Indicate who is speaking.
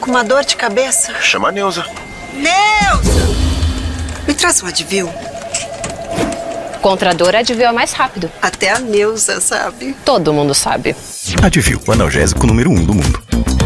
Speaker 1: com uma dor de cabeça.
Speaker 2: Chama a Neuza.
Speaker 1: Neuza! Me traz um Advil.
Speaker 3: Contrador Advil é mais rápido.
Speaker 1: Até a Neuza sabe.
Speaker 3: Todo mundo sabe.
Speaker 4: Advil, o analgésico número 1 um do mundo.